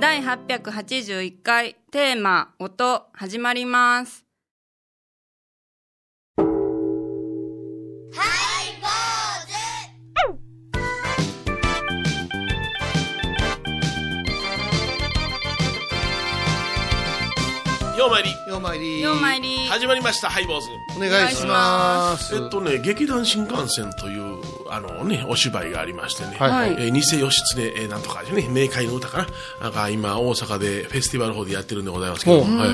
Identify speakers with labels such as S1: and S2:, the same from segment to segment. S1: 第881回テーマ「音」始まります
S2: ようまいり
S3: ようまいり
S1: ようまいり
S2: 始まりましたハイボーズ
S3: お願いします
S2: えっとね劇団新幹線というあのねお芝居がありましてね、
S3: はい
S1: は
S3: はいい、
S2: えー、偽義経、えー、なんとかね、冥界の歌かな、なんか今、大阪でフェスティバル方でやってるんでございますけど、
S3: ほう
S2: はい、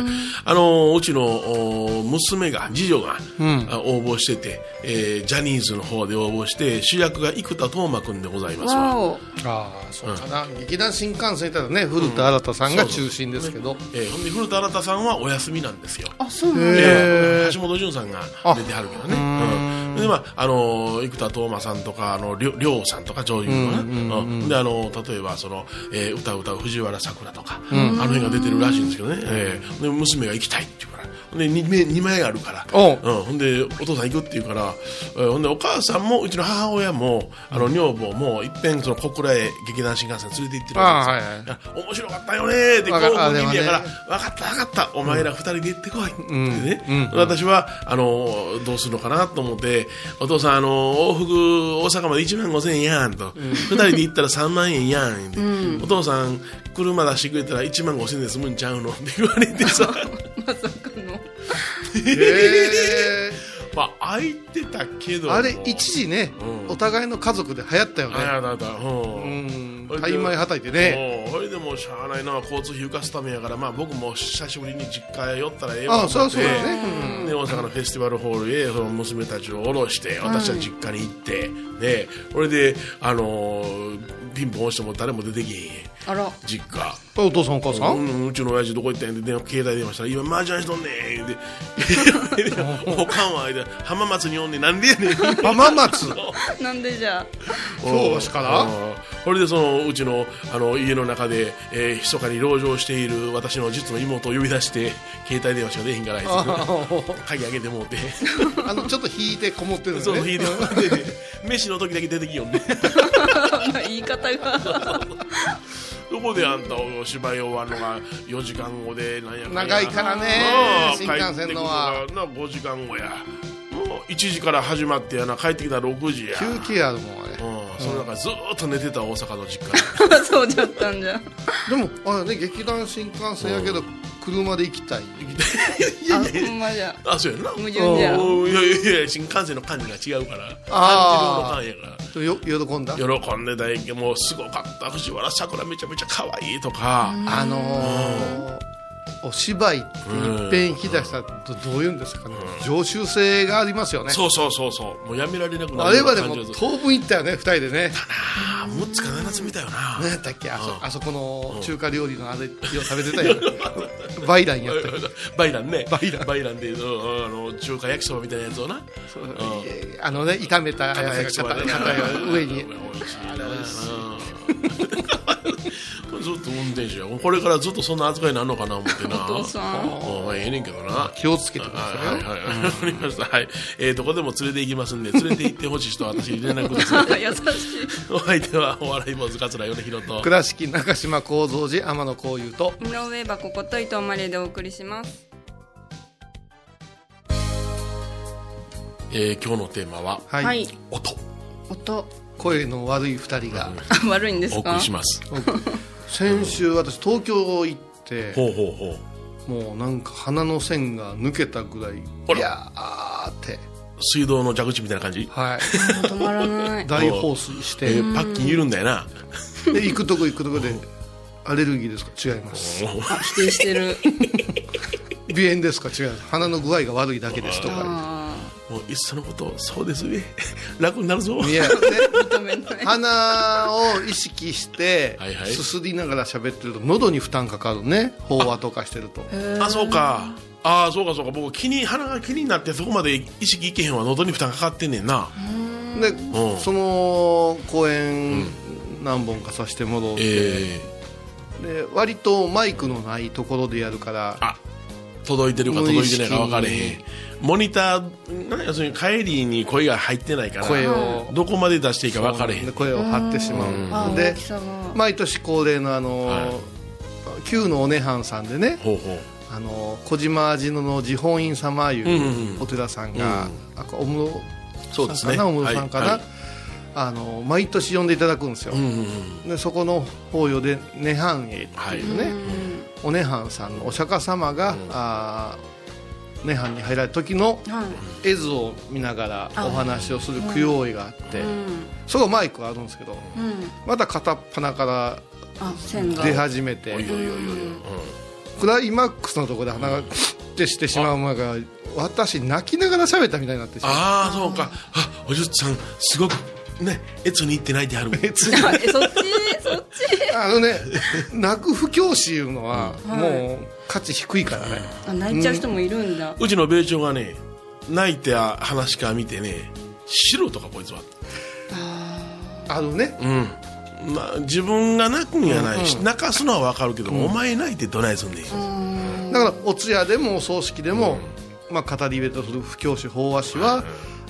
S2: あのーうちのおー娘が、次女が、あ応募してて、えージャニーズの方で応募して、主役が生田斗真君でございます
S1: わ
S2: わ。
S1: お
S3: ああそうかな、劇団新幹線いたらね古田新太さんが中心ですけど、
S2: えーほんで、古田新太さんはお休みなんですよ。
S1: あそうなんだ
S2: え
S3: へ
S2: ー橋本潤さんが出てはるけどね、うんでまああのー生田斗真さんとかあのりょりょうさんとか女優のね、うんであのー例えばその、えー歌を歌う藤原さくらとか、あの辺が出てるらしいんですけどね、えーで娘が行きたいって言うからほんで 2, 枚あるから、
S3: おう
S2: うん、ほんでお父さん行くって言うから、えーほんでお母さんもうちの母親もあの女房もいっぺんその小倉へ劇団新幹線連れて行ってるわけですよ
S3: あーはいはい
S2: いや面白かったよねーって興奮気味やか
S3: わから
S2: 分
S3: る
S2: かった分かったお前ら二人で行ってこいってね、
S3: うんうん
S2: 私はあのどうするのかなと思ってお父さんあの往復大阪まで1万5000円やんと、二人で行ったら3万円やんって、お父さん車出してくれたら1万5000円で済むんちゃうのって言われて さ
S1: まさかの
S3: え
S2: まあ空いてたけ
S3: ー
S2: ど
S3: あれ一時ね、
S2: うん
S3: お互いの家族で流行ったよね
S2: あやだだう
S3: うんん大枚はたいてね
S2: もうそれでもうしゃあないな交通費浮かすためやから、まあ、僕も久しぶりに実家へ寄ったらええわ
S3: ああ
S2: と
S3: そ
S2: 思
S3: う
S2: って
S3: そうだね、
S2: で大阪のフェスティバルホールへその娘たちを降ろして私は実家に行って、でこれで、あのーピンポン押しても誰も出てきへんやん
S1: あら
S2: 実家
S3: うん、お父さんお母さ、
S2: うんん、うちの親父どこ行ったんやんって電話携帯電話したら今マージャンしとんねん言う ておかんは言うて浜松におんねんなんでやねん
S3: 浜松
S1: なんでじ ゃ
S3: 京橋から
S2: うんそれでそのうちのあの家の中で、えー、密かに籠城している私の実の妹を呼び出して携帯電話しか出へんからあい つ鍵開けてもうて
S3: あのちょっと引いてこもってるのね
S2: そう引い てもらってて飯の時だけ出てきよんね
S1: あ言い方が
S2: どこであんたお芝居終わるのが4時間後でなんやかんや
S3: 長いから
S2: な
S3: ね
S2: あ
S3: 新幹線のは
S2: 帰ってくるのがな5時間後やもう1時から始まってやな帰ってきたら6時や
S3: 休憩やもんあれ
S2: うん、その中ずーっと寝てた大阪の実家
S1: そうじゃったんじゃん
S3: でもあれね劇団新幹線やけど車で行きたい
S1: あほんまじゃ
S2: あそうやんな
S1: 矛盾じゃん
S2: おーいやいやいや新幹線の感じが違うから
S3: あー
S2: 感じるの感や
S3: よ喜んだ
S2: から喜んで大けもうすごかった藤原さくらめちゃめちゃ可愛いとか、
S3: あのーお芝居っていっぺん引き出したらどどういうんですかね、常習性がありますよね
S2: そうそうそうそうもうやめられなくな
S3: あ
S2: る
S3: れ
S2: ような
S3: はでも
S2: 感じがする
S3: 当分行ったよね二人で ね
S2: あー6つか7つ見たよな、
S3: 何やったっけあそ
S2: うん
S3: あそこの中華料理のあれを食べ てたよバイランやったっけ
S2: バイランね
S3: バイラン
S2: バイランで、うんあの中華焼きそばみたいなやつをな
S3: えーあのね炒めたやつが
S2: ね
S3: 片片や上に
S2: うんうんずっと運転手やこれからずっとそんな扱いになるのかな思ってな
S1: お父さん
S2: うんまあええねんけどな
S3: 気をつけてくだ
S2: は
S3: さ
S2: い
S3: いよ
S2: はいはい、わかりました。はい。えー、どこでも連れて行きますんで、連れて行ってほしい人は私に連絡く ださい。
S1: 優しい
S2: お相手は、お笑い坊主桂米宏と。
S3: 倉敷中島幸三寺天野幸雄と
S1: 井上はここと伊藤マリーでお送りします
S2: えー、今日のテーマは、
S3: はい、
S1: はい
S2: 音。
S1: 音
S3: 声の悪い二人が
S1: あ 悪いんです
S2: お送
S1: か
S2: りします。
S3: 先週私東京行って
S2: ほうほうほう。
S3: もうなんか鼻の線が抜けたぐらい
S2: あら
S3: いやーって
S2: 水道の蛇口みたいな感じ
S3: はい
S1: 止まらない
S3: 大放水し
S2: え
S3: て
S2: ー、パッキン緩んだよな。
S3: で行くとこ行くとこでアレルギーですか違います
S1: あ否定して る
S3: 鼻炎ですか違います鼻の具合が悪いだけですとか
S1: あ
S2: もう、いっそのこと、そうですね。 楽になるぞ。
S3: いやね
S1: ー認めない
S3: 鼻を意識して
S2: はいはい
S3: すすりながら喋ってると喉に負担かかるね飽和とかしてると
S2: あ、そうか。ああ、そうかそうか。僕、気に、鼻が気になって、そこまで意識いけへんわ。喉に負担かかってんねんな。
S3: で
S2: うん
S3: その公演何本かさせてもらって
S2: えー、
S3: で割とマイクのないところでやるから
S2: あ、届いてるか届いてないか分かれへんモニターな要するに帰りに声が入ってないから
S3: 声を
S2: どこまで出していいか分かれへん
S3: 声を張ってしまうで
S1: 大きさが
S3: 毎年恒例のあの、
S2: はい
S3: 旧のおねはんさんでね
S2: ほうほう
S3: あの小島味野の地本院様い
S2: んうんうん
S3: うお寺さんが、あこれおむろ
S2: そうですね
S3: さんかなおむろさんかな、
S2: はいはい
S3: あの毎年呼んでいただくんですよ、
S2: うんうんうん
S3: でそこの法要で「涅槃会」っていうね、お涅槃さんのお釈迦様が、あー涅槃に入られた時の
S1: はい
S3: 絵図を見ながらお話をする供養会があって、
S1: うん
S3: そこマイクがあるんですけど
S1: うん
S3: また片っ端か
S1: あ線
S3: ら
S1: が
S3: 出始めて
S2: おいおいおいおいおいうん
S3: クライマックスのところで鼻がクッてしてしまう前が私泣きながら喋ったみたいになってしまう
S2: ああそうかあおじゅっさんすごくね越に行ってないである越に
S1: あえそっちそっち
S3: あのね泣く不教師いうのはもう価値低いからね、
S1: あ泣いちゃう人もいるんだ
S2: うちの米朝がね泣いて話から見てね白とかこいつは
S3: あのね
S2: うんまあ自分が泣くんやないし、泣かすのは分かるけど、お前泣いてどないすんねん、
S3: だからお通夜でもお葬式でも、まあ、語り部とする不教師法話師は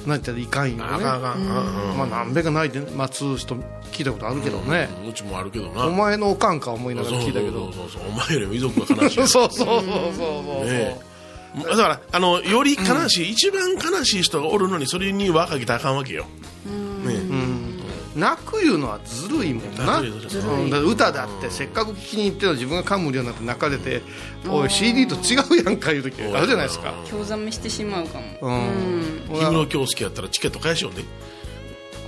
S3: 泣いたらいかんよね
S2: あかんあかん、うん
S3: まあ、何べんか泣いて待つ人聞いたことあるけどね、
S2: うんうちもあるけどな
S3: お前のおかんか思いながら聞いたけ
S2: そ
S3: ど
S2: うそうそうそうお前よりも遺族が悲しい
S3: そう
S2: ね
S3: そうそうそうそう、
S2: えだからあのより悲しい、一番悲しい人がおるのにそれに輪かけたらあかんわけよ、ね
S3: 泣くいうのはずるいもんな
S2: ずるいずる
S3: うんだから歌だってせっかく聴きに行ってるの自分が感無量になって泣かれておい CD と違うやんかいう時あるじゃないですか
S1: 興ざめしてしまうかも
S3: うん
S2: 氷室京介やったらチケット返しよんで、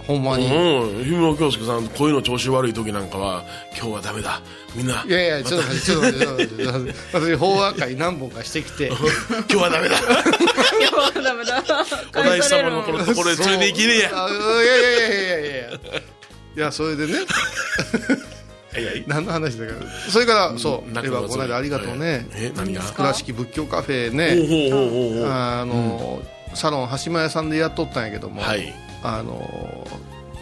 S3: ほんまに
S2: うん、氷室京介さん声の調子悪い時なんかは今日はダメだみんない
S3: やいやちょっと待ってちょっと待ってちょっと待って私法話会何本かしてきて
S2: 今日はダメ だ
S1: いや ダメだ
S2: お大師様のこのところへ連れて行きねえや
S3: あいやいやいやいやいやいやいやそれでね
S2: はいはい
S3: 何の話だからそれからそう
S2: 中
S3: レ
S2: 村
S3: バーこの間ありがとうね
S2: え何が
S3: 倉敷仏教カフェね
S2: おうおうおうおう
S3: あの、サロン橋間屋さんでやっとったんやけども、
S2: はい
S3: あの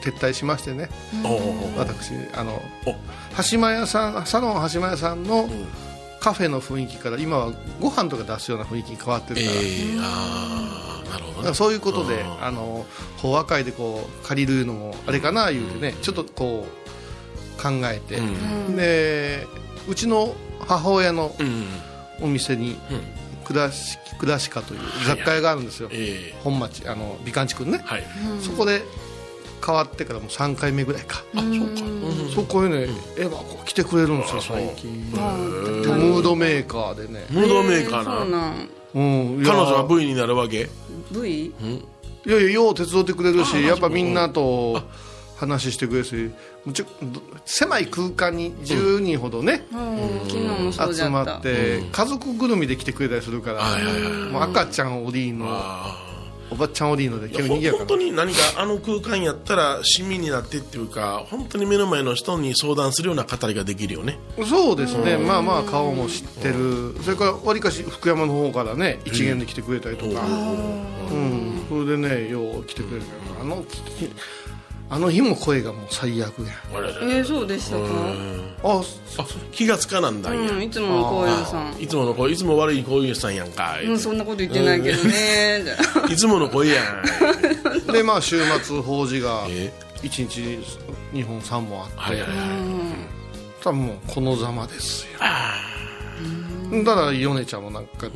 S3: 撤退しましてね、
S2: おうおうおう
S3: 私あの
S2: お
S3: 橋間屋さんサロン橋間屋さんのカフェの雰囲気から今はご飯とか出すような雰囲気に変わって
S2: え
S3: るから,、
S2: ーあーなるほ
S3: だ
S2: ど
S3: から
S2: ね
S3: そういうことで
S2: うん
S3: あの法和会でこう借りるのもあれかな言うてね、ちょっとこう考えて、
S2: う
S3: でうちの母親の
S2: うん
S3: お店に
S2: うん
S3: 倉敷倉敷家という雑貨屋があるんですよ、
S2: え
S3: 本町あの美観地区のね
S2: ー、はい
S3: そこで変わってからもう3回目ぐらいか、
S2: あそうかうん
S3: そこへね、エヴァこう来てくれるんですよ
S2: あそう
S3: 最近
S1: あ
S3: でムードメーカーでね、
S2: ムードメーカ
S1: ーそ
S2: ー
S1: う
S2: な
S1: なん
S3: うん、いや
S2: 彼女は V になるわけ
S1: V
S3: いやいやよう手伝ってくれるしやっぱみんなと話してくれるしむちゃど狭い空間に10人ほどね、
S1: うん昨日もそうじ
S3: 集
S1: ゃっ
S3: ま
S1: た
S3: って、家族ぐるみで来てくれたりするから、
S2: はいはいはい
S3: もう赤ちゃんおりーの
S2: あ
S3: おばちゃんおりーので
S2: ーいや
S3: 今日
S2: ほ
S3: にぎや
S2: 本
S3: かな
S2: 当に何かあの空間やったら市民になってっていうか本当に目の前の人に相談するような語りができるよね
S3: そうですね、まあまあ顔も知ってる、それからわりかし福山の方からね一元で来てくれたりとか、うん、それでねよう来てくれるから、あのききあの日も声がもう最悪や
S2: あれあれ
S1: えーそうでしたか
S3: あ
S2: あ気がつかなんだんや、
S1: うんいつものこういうさん
S2: いつもの声いつも悪い声さんやんか、
S1: うんそんなこと言ってないけどねじゃあ
S2: いつもの声やん
S3: でまあ週末法事が
S2: え
S3: 1日2本3本あって
S2: はいはいはい
S3: 多分もうこのざまですよだから米ちゃんもなんか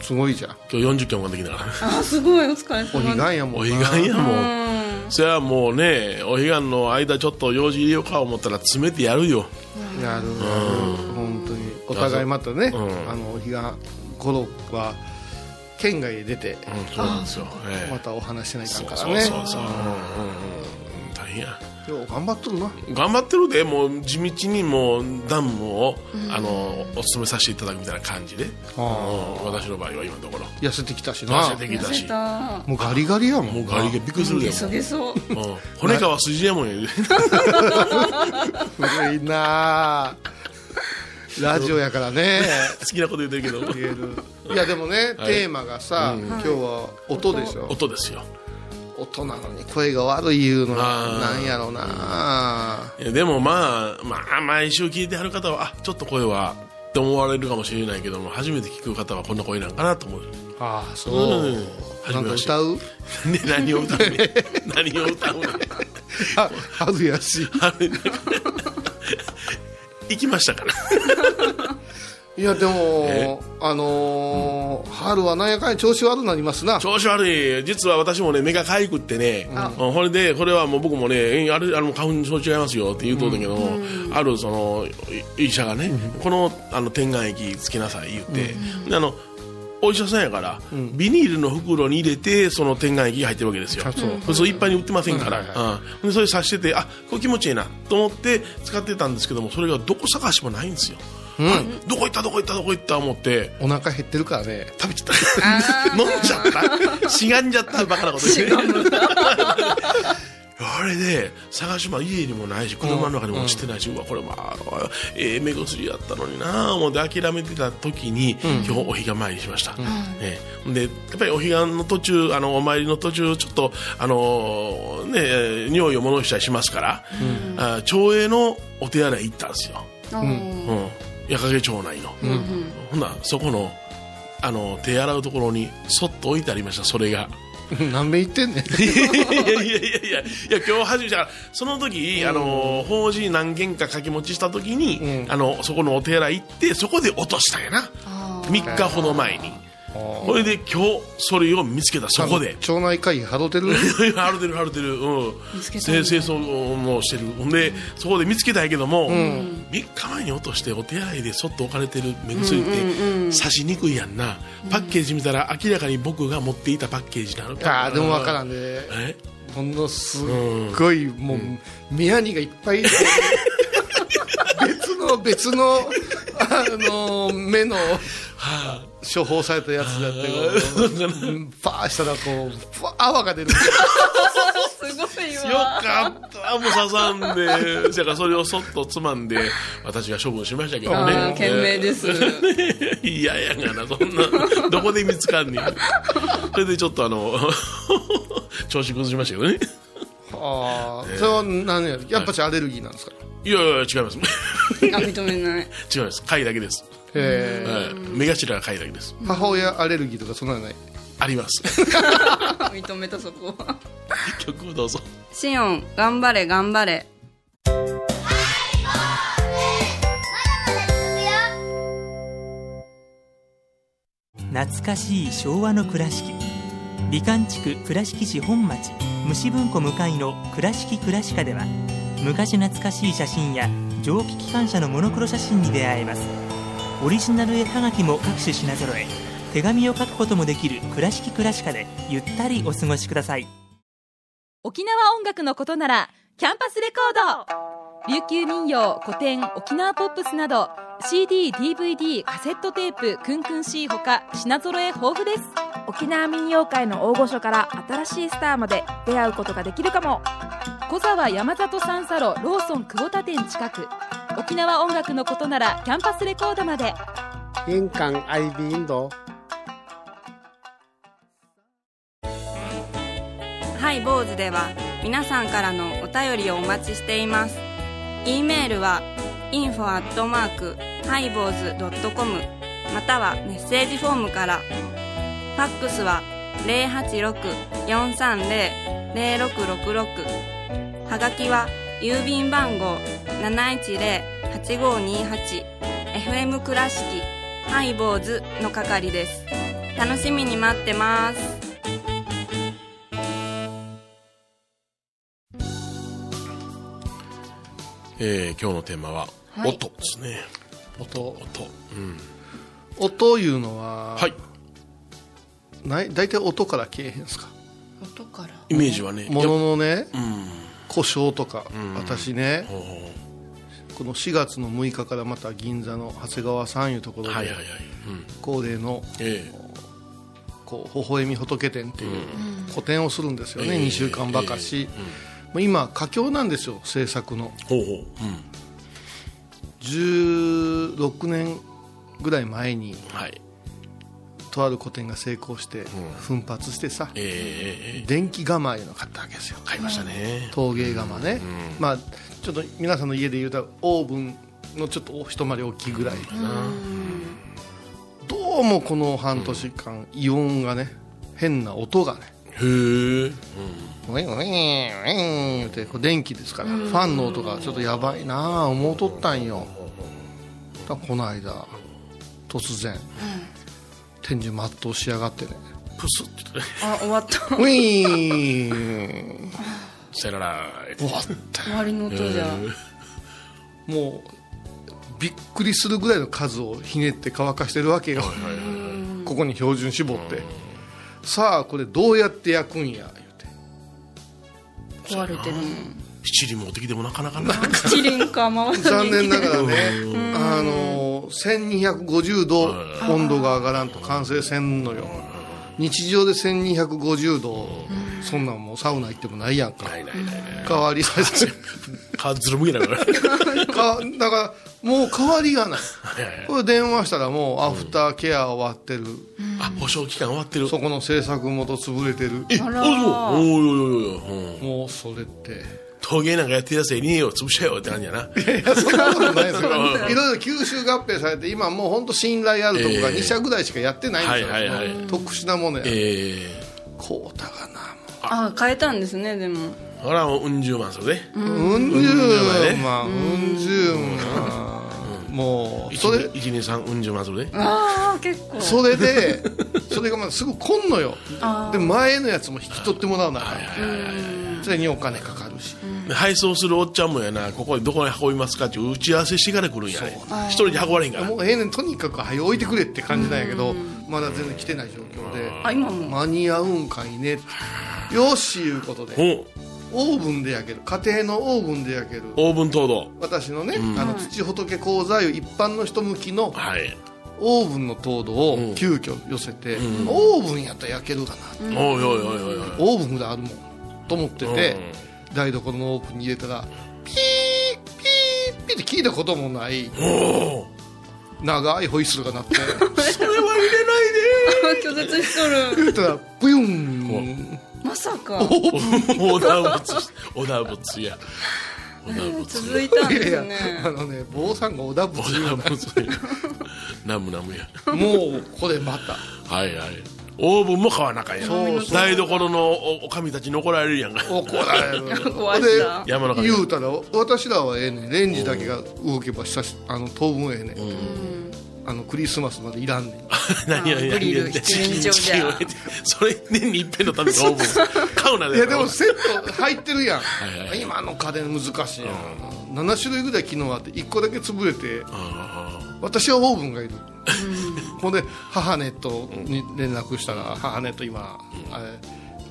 S3: すごいじゃん
S2: 今日40件もできながら
S1: あすごいお疲れ
S3: お彼
S1: 様
S3: 岸
S1: です
S3: や
S2: お彼
S3: もんな
S2: 岸やもんそりゃもうねお彼岸の間ちょっと用事入れようか思ったら詰めてやるよ
S3: やる本当にお互いまたね、
S2: うん
S3: あのお彼岸頃は県外へ出て
S2: うんそうなんですよええ
S3: またお話しないか
S2: そ
S3: ん
S2: う
S3: から
S2: そう
S3: ね
S2: そうそううんうんうん大変や
S3: よう頑張っとるな
S2: 頑張ってるでもう地道にもうダンムを、あのお勤めさせていただくみたいな感じで、うん私の場合は今のところ
S3: 痩せてきたしな
S2: 痩せてき
S1: 痩
S2: たし
S1: せた
S3: もうガリガリやも
S2: もうんガリゲびっくりするで
S1: ゲ
S2: も
S1: ソゲソ
S2: う、うん、骨川筋やもんや
S3: 古いなあラジオやからね
S2: 好きなこと言ってるけど
S3: 言える いやでもね、テーマがさ、今日は音でしょ
S2: 音ですよ
S3: 音なのに声が悪いいうのは
S2: あー
S3: なんやろうなあ
S2: いやでもまあまあ毎週聞いてはる方はあちょっと声はって思われるかもしれないけども初めて聞く方はこんな声なんかなと思う
S3: ああそう、
S2: うん
S3: なんか歌う
S2: ね、何を歌うね何を歌うね
S3: あ春やし
S2: あれね行きましたから
S3: いやで
S2: え
S3: もあのー春はなんやかんや調子悪なりますな
S2: 調子悪い実は私もね目がかゆくってね、うん、これでこれはもう僕もねえあれあの花粉症違いますよって言うとんだけど、あるそのい医者がね、このあの点眼液つけなさい言って、であのお医者さんやから、ビニールの袋に入れてその点眼液が入ってるわけですよ
S3: あそう
S2: 普通一般に売ってませんから、
S3: うんはい
S2: うんでそれさしててあこれ気持ちいいなと思って使ってたんですけどもそれがどこ探しもないんですよ、はいどこ行ったどこ行ったどこ行った思って
S3: お腹減ってるからね
S2: 食べちゃった 飲んじゃったしがんじゃったバカなこと言って あれで探しも家にもないし車の中にも落ちてないし、うわこれまあええ目薬やったのになあ思って諦めてた時に、今日お彼岸参りしました、ね、でやっぱりお彼岸の途中あのお参りの途中ちょっとあのねえ匂いを戻したりしますから、あ町営のお手洗い行ったんですよ、
S1: うん
S2: うん、矢掛町内の、ほんならそこのあの手洗うところにそっと置いてありましたそれが
S3: 何べん言ってんねん
S2: いやいやいやいやいや今日初めてだからその時、あの法事何軒か掛け持ちした時に、
S3: うん
S2: あのそこのお手洗い行ってそこで落としたんやな
S1: あー
S2: 3日ほど前にそれで今日それを見つけたそこで
S3: 町内会費ハロて る
S2: ハルてるハルてるうん
S1: 見つけたん
S2: 清
S1: だ
S2: 掃もしてるほんでそこで見つけたんやけども、3日前に落としてお手洗いでそっと置かれてる目薬って刺しにくいやんな、パッケージ見たら明らかに僕が持っていたパッケージなの
S3: ああでもわからんね
S2: え
S3: ほんのすっごい、もう、宮城がいっ ぱい別の別のあの目の処方されたやつだってこううんパーしたらこうふわ泡が出る
S1: すごい
S2: よ
S1: わ
S2: かったもう刺さんでだからそれをそっとつまんで私が処分しましたけど
S1: あー
S2: ね
S1: 懸命 です
S2: いややがな、そんな、どこで見つかんねん。それでちょっとあの、 調子崩しましたけどね。
S3: ああそれは何ややっぱしアレルギーなんですか
S2: いやいや、違います。
S1: あ認めない
S2: 違います。貝だけです。
S3: へ
S2: はい目頭が貝だけです。
S3: え母親アレルギーとかそんなのない
S2: あります。
S1: 認めたそこは
S2: 曲をどうぞ。
S1: シオン頑張れ頑張れ
S4: 懐かしい昭和の倉敷美観地区倉敷市本町虫文庫向かいの「倉敷倉敷科」では昔懐かしい写真や蒸気機関車のモノクロ写真に出会えますオリジナル絵はがきも各種品揃え手紙を書くこともできる「倉敷倉敷科」でゆったりお過ごしください
S5: 沖縄音楽のことならキャンパスレコード琉球民謡古典沖縄ポップスなど CDDVD カセットテープクンクン C ほか品揃え豊富です
S6: 沖縄民謡界の大御所から新しいスターまで出会うことができるかも
S5: 小沢山里三佐路ローソン久保田店近く沖縄音楽のことならキャンパスレコードまで
S7: 印港 IB 印度。
S1: ハイボーズでは皆さんからのお便りをお待ちしています。e メールは info アットマークハイボーズドットコムまたはメッセージフォームから。ファックスは086-430-0666はがきは郵便番号710-8528 FM 倉敷ハイボーズの係です。楽しみに待ってます。
S2: えー今日のテーマは、
S1: はい
S2: 音ですね。
S3: 音
S2: 音。うん。
S3: 音いうのは、
S2: はい。
S3: ない大体音から消えへんすか
S1: 音から。
S2: イメージはね、
S3: もののね
S2: うん。
S3: 故障とか、
S2: ん
S3: 私ね
S2: ほうほ
S3: この4月の6日からまた銀座の長谷川さんいうところ
S2: う
S3: で、
S2: はいはいはい。うん。
S3: 恒例の
S2: え
S3: こう微笑み仏展っていう個展をするんですよね、
S2: ええ
S3: 2週間ばかし、もう今佳境なんですよ制作の
S2: ーほうほう。うん。
S3: 16年ぐらい前に
S2: はい。
S3: とある個展が成功して奮発してさ、
S2: えーえーえ
S3: 電気釜いうの買ったわけですよ
S2: ー買いましたね。
S3: 陶芸釜ね、まあちょっと皆さんの家で言うたらオーブンのちょっと一回り大きいぐらい
S1: うん
S3: どうもこの半年間異音がね変な音がね
S2: へえ
S3: ウィンウィンウィンってこう電気ですからファンの音がちょっとやばいなあ思うとったんよだからこの間突然天寿全うしやがってね
S2: プスって言って
S1: あ終わった
S3: ウィーン
S2: さよなら
S3: 終わった
S1: 終わりの音じゃ
S3: もうびっくりするぐらいの数をひねって乾かしてるわけよここに標準絞ってさあこれどうやって焼くんや言うて
S1: 壊れてるもん
S2: 七輪持ってきてもなかなかな
S1: 七輪か回らない
S3: 残念ながらね、あの1250度温度が上がらんと完成せんのよ日常で1250度そんなんもうサウナ行ってもないやんか
S2: ないないないない
S3: 変わり させて
S2: かずるむげなから
S3: かだからもう変わりがないこれ電話したらもうアフターケア終わってる
S2: あ保証期間終わってる
S3: そこの制作元潰れてる
S2: えあそうおいおいおいおいうん
S3: もうそれって
S2: 陶芸なんかやってるやつえねえよ潰しちゃえよって感じやない
S3: やそんなことないですよいろいろ吸収合併されて今もう本当信頼あるとこが2社ぐらいしかやってないんですよ、
S2: はいはいはい
S3: その特殊なものや、
S2: ええ
S3: こうたがなも
S1: あ変えたんですねでも
S2: ほらもううん十万それで
S3: ううん十万うん十万もう
S2: 一
S3: それ
S2: 二一二三うん十万それで
S1: ああ結構
S3: それでそれがまあすぐ来んのよで前のやつも引き取ってもらうなあかんそれにお金かかるし
S2: で配送するおっちゃんもやなここにどこに運びますかっていう打ち合わせしてから来るんやね一人で運ばれへんから
S3: もうええねんとにかく早い置いてくれって感じなんやけどまだ全然来てない状況で
S1: あ今も
S3: 間に合うんかいねよしいうことで
S2: お
S3: オーブンで焼ける家庭のオーブンで焼ける
S2: オーブン凍土
S3: 私のね、あの土仏講座いう一般の人向きの
S2: はい
S3: オーブンの糖度
S2: うん
S3: を急遽寄せて、オーブンやったら焼けるかな、
S2: おいおいおいおいおい
S3: オーブンぐらいあるもんと思ってて、台所のオーブンに入れたらピーピーピーって聞いたこともない
S2: おお
S3: 長いホイッスルが鳴って
S2: それは入れない で
S1: 拒絶しとる
S3: 言ったらブヨン
S1: まさか
S2: オーダー物オーダー物やオーダー物
S1: 続いたん
S3: い
S1: で
S3: やい
S1: す
S3: や
S1: ね
S3: あのね坊さんがおだぶ
S2: オ
S3: つ
S2: ーダー物やナムナムや
S3: もうこれまた
S2: はいはいオーブンも買わなあかんや
S3: そうそう
S2: 台所のおおかみたちに怒られるやんか
S3: 怒られる
S1: 壊した
S3: で
S2: 山の神
S3: 言うたら私らはええねんレンジだけが動けば久しあの当分ええねん、あのクリスマスまでいらんねん
S2: 何を
S1: グリル
S2: チ
S1: 七
S2: キン
S1: 面鳥
S2: チキ
S1: じ
S2: ンを
S1: ゃ
S2: 入れてそれ年に一遍のためのオーブン買うなで
S3: いやでもセット入ってるやん
S2: いはいはい
S3: 今の家電難しいやん、7種類ぐらい機能あって1個だけ潰れて私はオーブンがいる、ほんで母ネットに連絡したら母ネット今あれ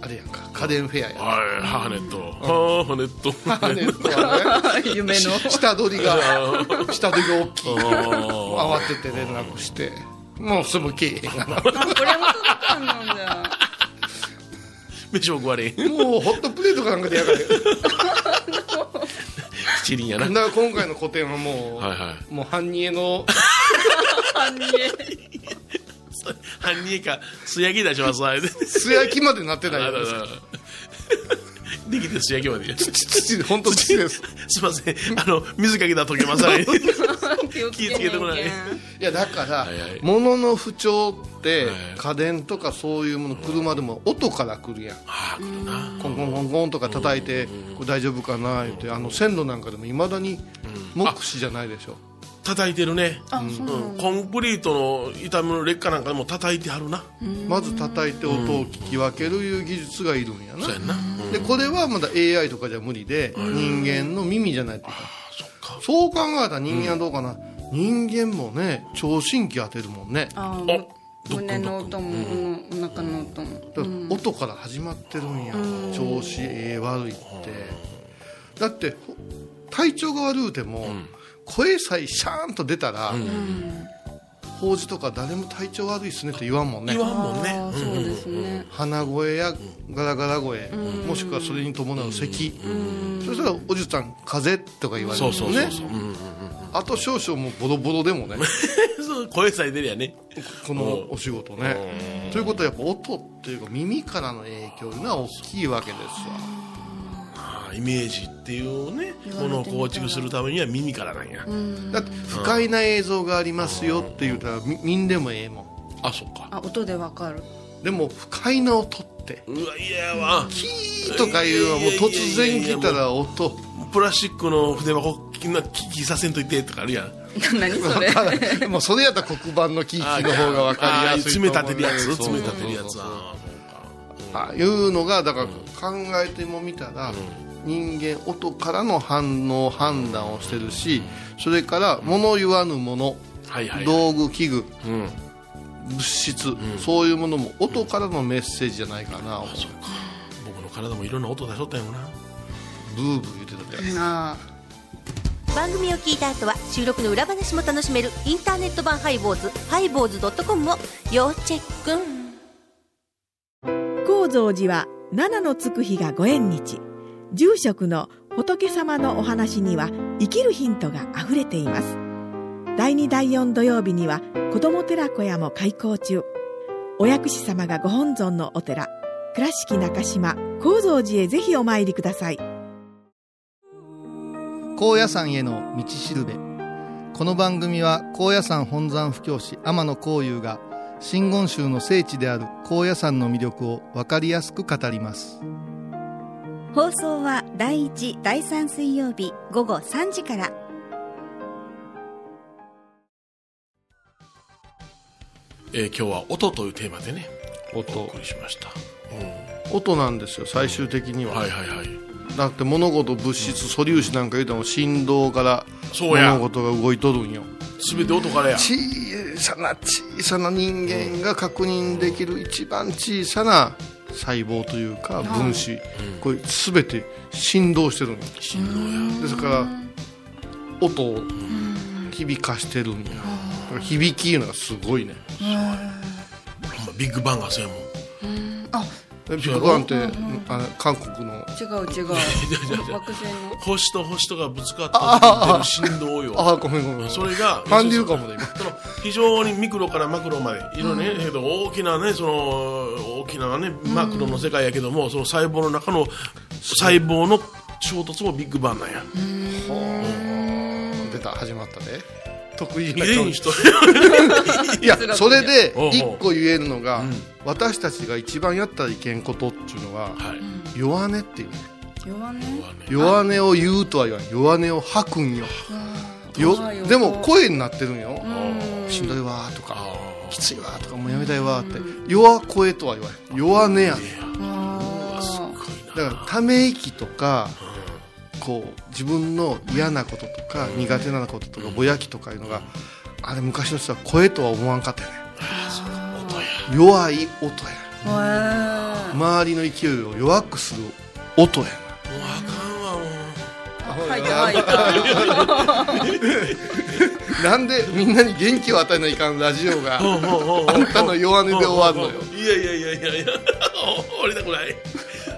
S3: あれやんか家電フェアや
S2: はい母ネット母ネット
S3: 母 ネットはね
S1: 夢の
S3: 下取りが下取りが大きい
S2: あ
S3: 慌てて連絡してもうすぐ来えへんがな
S1: あこれも届かんのじゃ
S2: 飯も食われへん
S3: もうホットプレートかなんかでやがる
S2: 七輪やな
S3: だから今回の個展はもう、
S2: はいはい
S3: もう半人の
S1: 半人
S2: 半人か素焼き出しますあれ で
S3: 素焼きまでなってない
S2: あ
S3: や
S2: らら
S3: つ
S2: らできて素焼きまで
S3: 土本当土です
S2: すいませんあの水かけたら溶けますあれ
S1: 気をつけ
S2: 気をつけてもらえ
S1: ね
S3: いやだから、
S2: いはい
S3: 物の不調って、
S2: はい
S3: 家電とかそういうもの車でも音から来るやん、
S2: ああ来るな
S3: コンコンコンコンとか叩いて、これ大丈夫かな言ってあの線路なんかでもいまだに目視じゃないでしょ、
S2: 叩いてるねうんコンクリートの痛みの劣化なんかでも叩いてはるな
S3: まず叩いて音を聞き分けるいう技術がいるんやな、
S2: そうやんなうん
S3: でこれはまだ AI とかじゃ無理で、人間の耳じゃないといけないそう考えたら人間はどうかな、人間もね聴診器当てるもんねだか
S1: あ胸の音も、うんお腹の音も
S3: ら音から始まってるんや、調子ええ悪いって、だってほ体調が悪うても、声さえシャーンと出たら、法事とか誰も体調悪いっすねって言わんもんね
S2: 言わんもんね
S1: ああそうですね
S3: 鼻声やガラガラ声、もしくはそれに伴う咳、そしたらおじさん風邪とか言われる
S2: そ
S3: もん
S2: う
S3: ね
S2: そうそうそううん
S3: あと少々もうボロボロでもね
S2: そう声さえ出りゃね
S3: このお仕事ねということはやっぱ音っていうか耳からの影響が大きいわけですわ
S2: ああイメージっていうねものを構築するためには耳からなんや、
S3: だって不快な映像がありますよって言うたらみ見んでもええもん
S2: あそっか
S8: あ音でわかる
S3: でも不快な音って
S2: うわいやわ
S3: キーとかいうのはもう突然来たら音
S2: プラスチックの筆箱きなききさせんといてとかあるやん
S8: 何それ
S3: わかるもうそれやったら黒板のキーキーの方が分かりやすい
S2: 詰め立てるやつ
S3: と思
S2: 詰
S3: う
S2: め
S3: ん
S2: 立てる
S3: だけど
S2: やつ
S3: そうそうそう
S2: あ
S3: ああいうのがだから考えてもみたら、人間音からの反応判断をしてるしそれから物言わぬもの、
S2: ーはいはい
S3: 道具器具
S2: うん
S3: 物質、そういうものも音からのメッセージじゃないかな、
S2: 僕の体もいろんな音出しとったんやろな
S3: ブーブー言ってたって
S8: な
S9: 番組を聞いた後は収録の裏話も楽しめるインターネット版ハイボーズハイボーズドットコムを要チェック
S10: 高蔵寺は七のつく日がご縁日住職の仏様のお話には生きるヒントがあふれています第2第4土曜日には子ども寺小屋も開校中お薬師様がご本尊のお寺倉敷中島・高蔵寺へぜひお参りください
S11: 高野山への道しるべこの番組は高野山本山布教師天野幸雄が真言宗の聖地である高野山の魅力を分かりやすく語ります
S9: 放送は第1第3水曜日午後3時から
S2: えー今日は音というテーマでねお
S3: 音
S2: 送りしました、うん
S3: 音なんですよ最終的には、
S2: はいはいはい
S3: だって物事物質素粒子なんか言うても振動から
S2: そうや
S3: 物事が動いとるんよ
S2: 全て音からや
S3: 小さな小さな人間が確認できる一番小さな細胞というか分子、これ全て振動してるんよ
S2: 振動や
S3: ですから音を響かしてるんやだから響きいうのがすごいね
S2: ほんまビッグバンがそうやもん
S3: ビッグバンってあの韓国の
S8: 違う違う惑星の
S2: 星と星とがぶつかった時に出る振動 よ
S3: ああごめんごめん
S2: それが
S3: 感じるかもね
S2: その非常にミクロからマクロまでいろいろね、えーと大きなねその大きなねマクロの世界やけども、その細胞の中の細胞の衝突もビッグバンなんや
S3: 今出た始まったで得意
S2: 遺
S3: な顔
S2: 伝子と
S3: いやそれで
S2: おうおう
S3: 一個言えるのが私たちが一番やったらいけんことっていうのは
S2: はい、
S3: 弱音っていうね
S8: 弱音
S2: うわね
S3: 弱音を言うとは言わん弱音を吐くんよ
S8: 怖い
S3: よ
S8: よ
S3: でも声になってるんよ
S8: うん
S3: しんどいわーと
S2: あ
S3: か
S2: ー
S3: きついわーとかもうやめたいわーって弱声とは言わん弱音やね
S8: あ
S2: すごい
S8: ー
S2: な
S3: だからため息とかこう自分の嫌なこととか苦手なこととかぼやきとかいうのがあれ昔の人は声とは思わんかったよね
S2: 音や
S3: 弱い音や
S8: へー
S3: 周りの勢いを弱くする音や
S2: もうあかんわもう
S8: 入った入った
S3: なんでみんなに元気を与えないかんラジオが
S2: ほうほうほうほう
S3: あんたの弱音で終わるのよ
S2: いやいやいやいやいや終わりたくない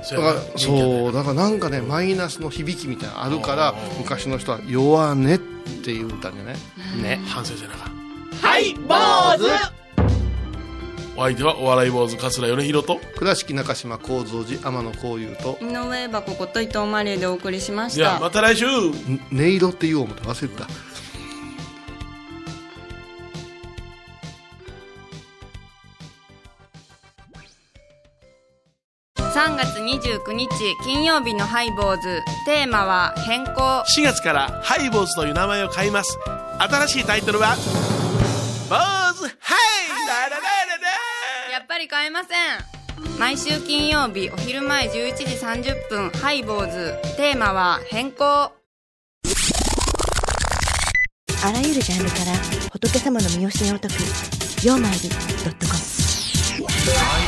S3: だからそうだからなんかねマイナスの響きみたいなのあるから昔の人は「弱音」っていう歌でねね
S2: 反省せなあかはい坊主お相手はお笑い坊主桂米宏と
S3: 倉敷中島幸三寺天野幸雄と
S8: 井上箱こと伊藤マリーでお送りしまし
S2: じゃあ
S8: た
S2: また来週
S3: 「音色」って言おう思って忘れてた
S1: 3月29日金曜日のハイボーズテーマは変更
S2: 4月からハイボーズという名前を変えます新しいタイトルは「坊主ハイ!ダララララ」
S1: やっぱり買えません毎週金曜日お昼前11時30分ハイボーズテーマは変更
S9: あらゆるジャンルから仏様の身教えを解く「曜マイルドットコム」